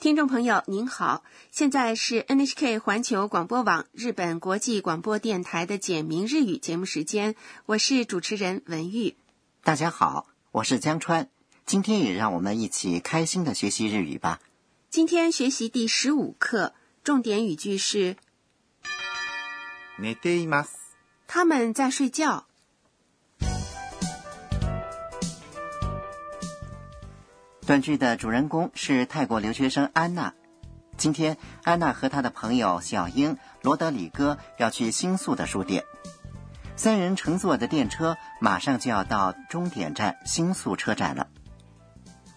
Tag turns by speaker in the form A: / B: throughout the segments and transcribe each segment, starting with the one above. A: 听众朋友您好，现在是 NHK 环球广播网日本国际广播电台的简明日语节目时间，我是主持人文玉。
B: 大家好，我是江川。今天也让我们一起开心的学习日语吧。
A: 今天学习第十五课，重点语句是
C: 寝ています。
A: 他们在睡觉。
B: 短剧的主人公是泰国留学生安娜。今天，安娜和她的朋友小英、罗德里戈要去新宿的书店。三人乘坐的电车马上就要到终点站新宿车站了。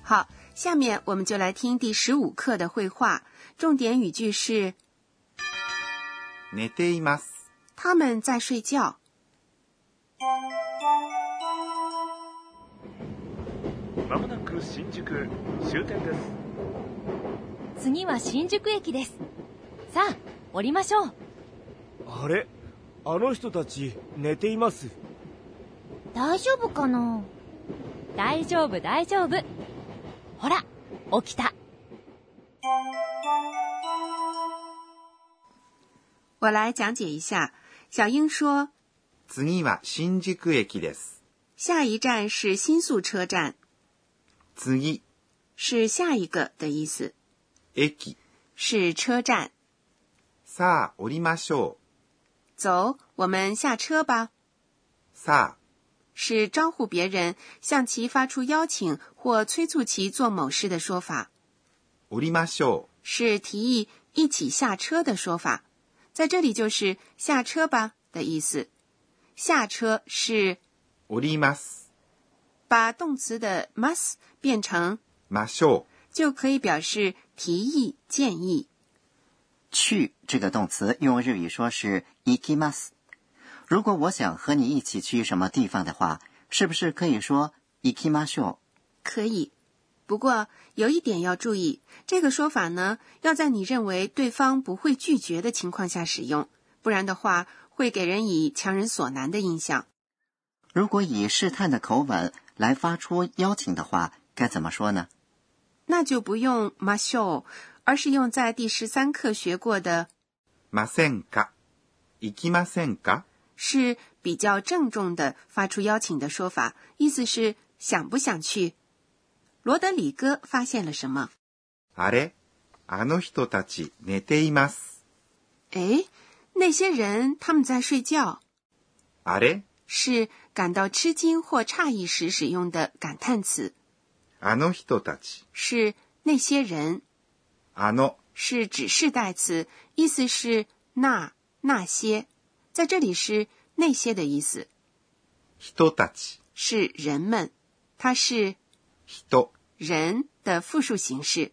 A: 好，下面我们就来听第十五课的绘画，重点语句是
C: 寝ています。
A: 他们在睡觉。
D: まもなく新宿終点です。
E: 次は新宿駅ですさあ降りましょう
F: あれあの人たち寝ています
E: 大丈夫かな大丈夫大丈夫ほら起きた
A: 我来讲解一下。小英说，
C: 次は新宿駅です。
A: 下一站是新宿车站，
C: 次、
A: 是下一个的意思，
C: 駅。
A: 是车站。
C: さあ、降りましょう。
A: 走，我们下车吧。
C: さあ、
A: 是招呼别人，向其发出邀请或催促其做某事的说法，
C: 降りましょ
A: 是提议一起下车的说法。在这里就是“下车吧”的意思。下车是
C: う。降ります。
A: 把动词的 must 变成，
C: ましょ
A: 就可以表示提议、建议。
B: 去这个动词用日语说是 ikimas。如果我想和你一起去什么地方的话，是不是可以说 ikimasho？
A: 可以。不过有一点要注意，这个说法呢，要在你认为对方不会拒绝的情况下使用，不然的话会给人以强人所难的印象。
B: 如果以试探的口吻来发出邀请的话，该怎么说呢？
A: 那就不用 m a s h o 而是用在第十三课学过的，
C: う。ませんか。行きませんか
A: 是比较郑重的发出邀请的说法，意思是想不想去。罗德里戈发现了什么？
C: あれあの人たち寝ています。
A: 诶，那些人他们在睡觉，
C: あれ
A: 是感到吃惊或诧异时使用的感叹词。
C: あの人たち。
A: 是那些人，
C: あの、
A: 是指示代词，意思是那那些，在这里是那些的意思，
C: 人たち。
A: 是人们，它是
C: 人。
A: 人的复数形式。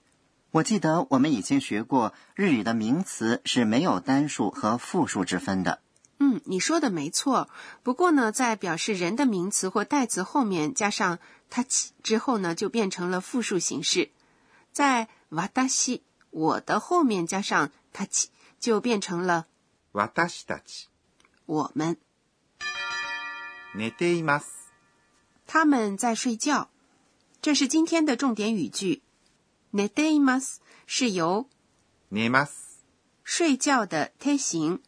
B: 我记得我们以前学过，日语的名词是没有单数和复数之分的。
A: 嗯，你说的没错。不过呢，在表示人的名词或代词后面加上它之后呢，就变成了复数形式。在わたし我的后面加上它就变成了
C: 私たち。
A: 我们。
C: 寝ています。
A: 他们在睡觉。这是今天的重点语句。寝ています是由
C: 寝ます。
A: 睡觉的推形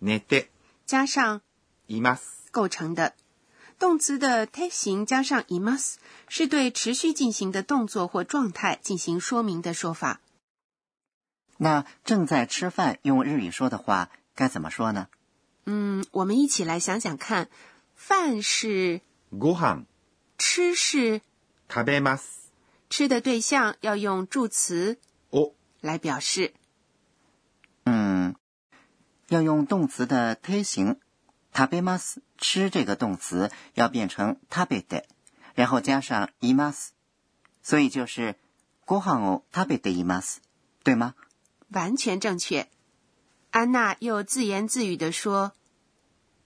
C: 寝て
A: 加上
C: います。
A: 构成的。动词的推形加上 imas 是对持续进行的动作或状态进行说明的说法。
B: 那正在吃饭用日语说的话，该怎么说呢？
A: 嗯，我们一起来想想看，饭是
C: ご飯。
A: 吃是
C: 食べます。
A: 吃的对象要用助词
C: を
A: 来表示。
B: 嗯，要用动词的推形，tabemas 吃这个动词要变成 tabete，然后加上 imas，所以就是ご飯を食べています，对吗？
A: 完全正确。安娜又自言自语地说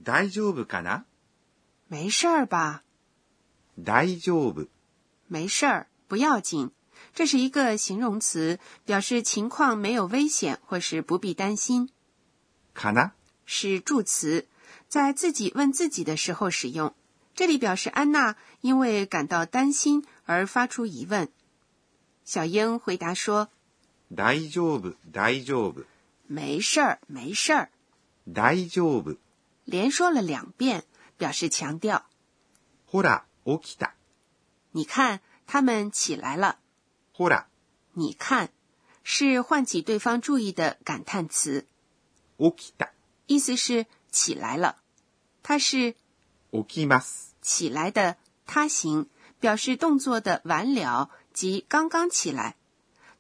C: 大丈夫かな：“
A: 没事儿吧，
C: 大丈夫。
A: 没事儿，不要紧。”这是一个形容词，表示情况没有危险或是不必担心，
C: かな
A: 是助词，在自己问自己的时候使用。这里表示安娜因为感到担心而发出疑问。小英回答说
C: 大丈夫、大丈夫。
A: 没事儿，没事儿，
C: 大丈夫。
A: 连说了两遍，表示强调。
C: ほら、起きた。
A: 你看，他们起来了。
C: ほら、
A: 你看，是唤起对方注意的感叹词，
C: 起きた。
A: 意思是起来了。它是
C: 起きます。
A: 起来的他形，表示动作的完了即刚刚起来。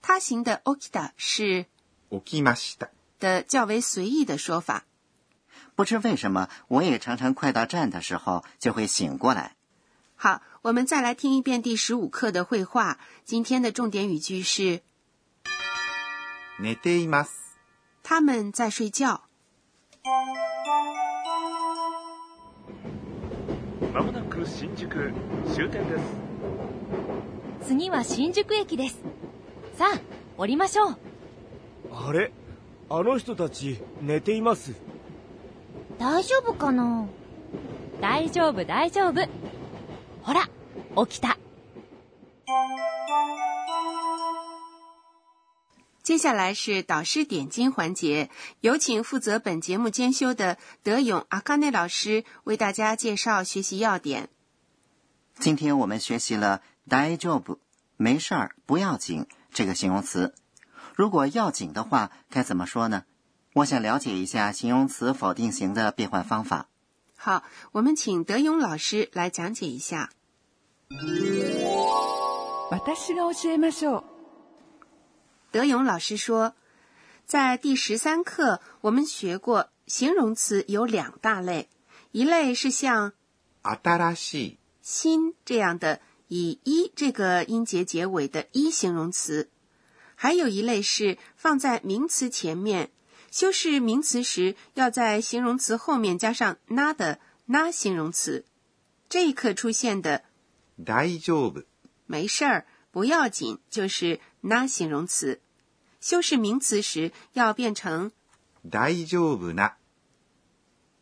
A: 他形的 okita 是
C: 起きました。
A: 的较为随意的说法。
B: 不知为什么，我也常常快到站的时候就会醒过来。
A: 好，我们再来听一遍第十五课的绘画。今天的重点语句是
C: 寝ています。
A: 他们在睡觉。
D: まもなく新宿終点です。
E: 次は新宿駅ですさあ降りましょう
F: あれあの人たち寝ています
E: 大丈夫かな大丈夫大丈夫ほら起きた
A: 接下来是导师点睛环节，有请负责本节目监修的德勇阿卡内老师为大家介绍学习要点。
B: 今天我们学习了“大丈夫”，没事儿，不要紧这个形容词。如果要紧的话，该怎么说呢？我想了解一下形容词否定型的变换方法。
A: 好，我们请德勇老师来讲解一下。
G: 私が教えましょう
A: 德勇老师说，在第十三课我们学过，形容词有两大类，一类是像
C: 新しい、
A: 新这样的以一这个音节结尾的一形容词，还有一类是放在名词前面，修饰名词时要在形容词后面加上な的な形容词。这一课出现的
C: 大丈夫、
A: 没事儿、不要紧就是な形容词，修饰名词时要变成
C: 大丈夫な、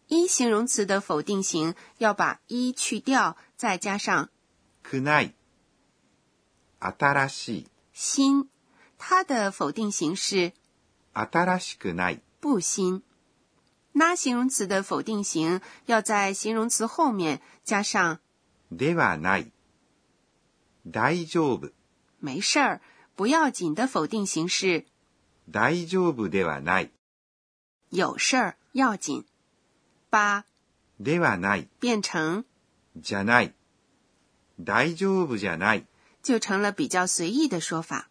A: 一形容词的否定型，要把一去掉，再加上
C: くない。新しい、
A: 新，它的否定型是
C: 新しくない。
A: 不新。那形容词的否定型要在形容词后面加上
C: ではない。大丈夫、
A: 没事儿、不要紧的否定型是
C: 大丈夫ではない。
A: 有事儿、要紧。八
C: ではない、
A: 变成
C: じゃない。大丈夫じゃない。
A: 就成了比较随意的说法。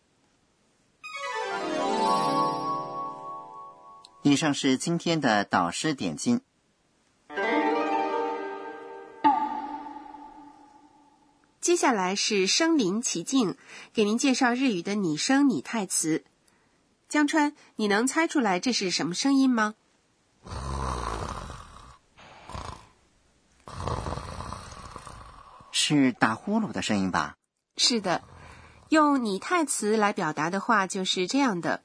B: 以上是今天的导师点睛。
A: 接下来是身临其境，给您介绍日语的拟声拟态词。江川，你能猜出来这是什么声音吗？
B: 是打呼噜的声音吧？
A: 是的，用拟态词来表达的话就是这样的，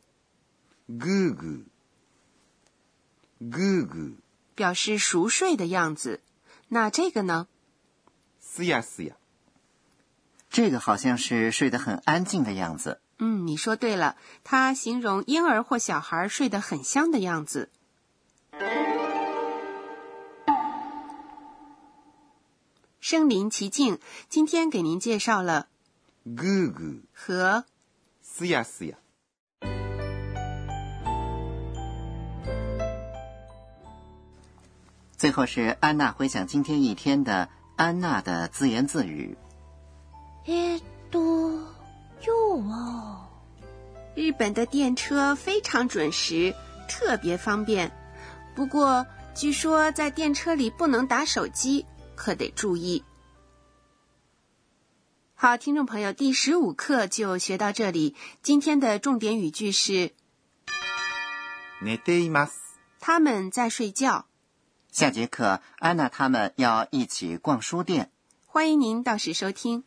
C: ぐーぐー。ぐーぐー。
A: 表示熟睡的样子。那这个呢？
C: すやすや。
B: 这个好像是睡得很安静的样子。
A: 嗯，你说对了，它形容婴儿或小孩睡得很香的样子。身临其境，今天给您介绍了
C: ぐーぐー。
A: 和
C: すやすや。
B: 最后是安娜回想今天一天的安娜的自言自语。
E: えー、っと今日は
A: 日本的电车非常准时，特别方便。不过，据说在电车里不能打手机，可得注意。好，听众朋友，第十五课就学到这里。今天的重点语句是：
C: 寝ています。
A: 他们在睡觉。
B: 下节课，安娜他们要一起逛书店。
A: 欢迎您到时收听。